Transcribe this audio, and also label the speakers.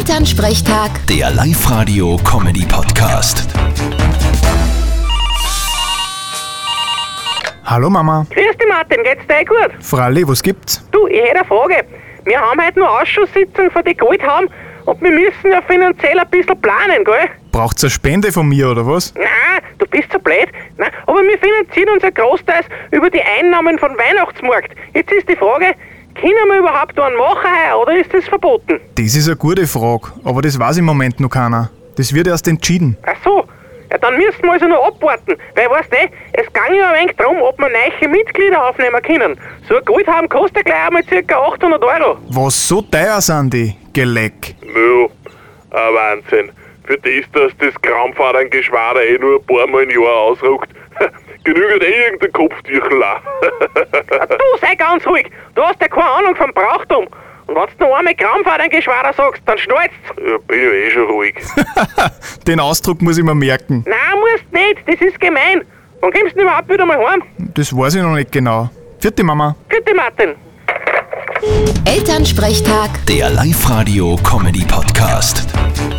Speaker 1: Elternsprechtag,
Speaker 2: Der Live-Radio-Comedy-Podcast.
Speaker 3: Hallo Mama.
Speaker 4: Grüß dich, Martin. Geht's dir eh gut?
Speaker 3: Fralli, was gibt's?
Speaker 4: Du, ich hätte eine Frage. Wir haben heute noch Ausschusssitzung von den Goldhaben und wir müssen ja finanziell ein bisschen planen, gell?
Speaker 3: Braucht's eine Spende von mir oder was?
Speaker 4: Nein, du bist so blöd. Nein, aber wir finanzieren unser Großteils über die Einnahmen von Weihnachtsmarkt. Jetzt ist die Frage, können wir überhaupt einen machen heuer oder ist das verboten?
Speaker 3: Das ist eine gute Frage, aber das weiß im Moment noch keiner. Das wird erst entschieden.
Speaker 4: Ach so. Ja, dann müssen wir also noch abwarten, weil weißt du, es ging ja ein wenig darum, ob wir neue Mitglieder aufnehmen können. So ein Goldhaben kostet gleich einmal ca. 800 Euro.
Speaker 3: Was so teuer sind die? Geleck.
Speaker 5: Ja, ein Ah, Wahnsinn. Für das, dass das krampfadern Geschwader eh nur ein paar Mal im Jahr ausruckt, genügt eh irgendein Kopftüchel auch.
Speaker 4: Du sei ganz ruhig, du hast ja keine Ahnung vom Brauchtum. Und wenn du noch einmal Krampfaderngeschwader sagst, dann schnallt's.
Speaker 5: ja, bin ja eh schon ruhig.
Speaker 3: Den Ausdruck muss ich mir merken.
Speaker 4: Nein, musst nicht, das ist gemein. Wann kommst du denn überhaupt wieder mal heim?
Speaker 3: Das weiß ich noch nicht genau. Vierte Mama.
Speaker 4: Bitte, Martin.
Speaker 1: Elternsprechtag.
Speaker 2: Der Live-Radio-Comedy-Podcast.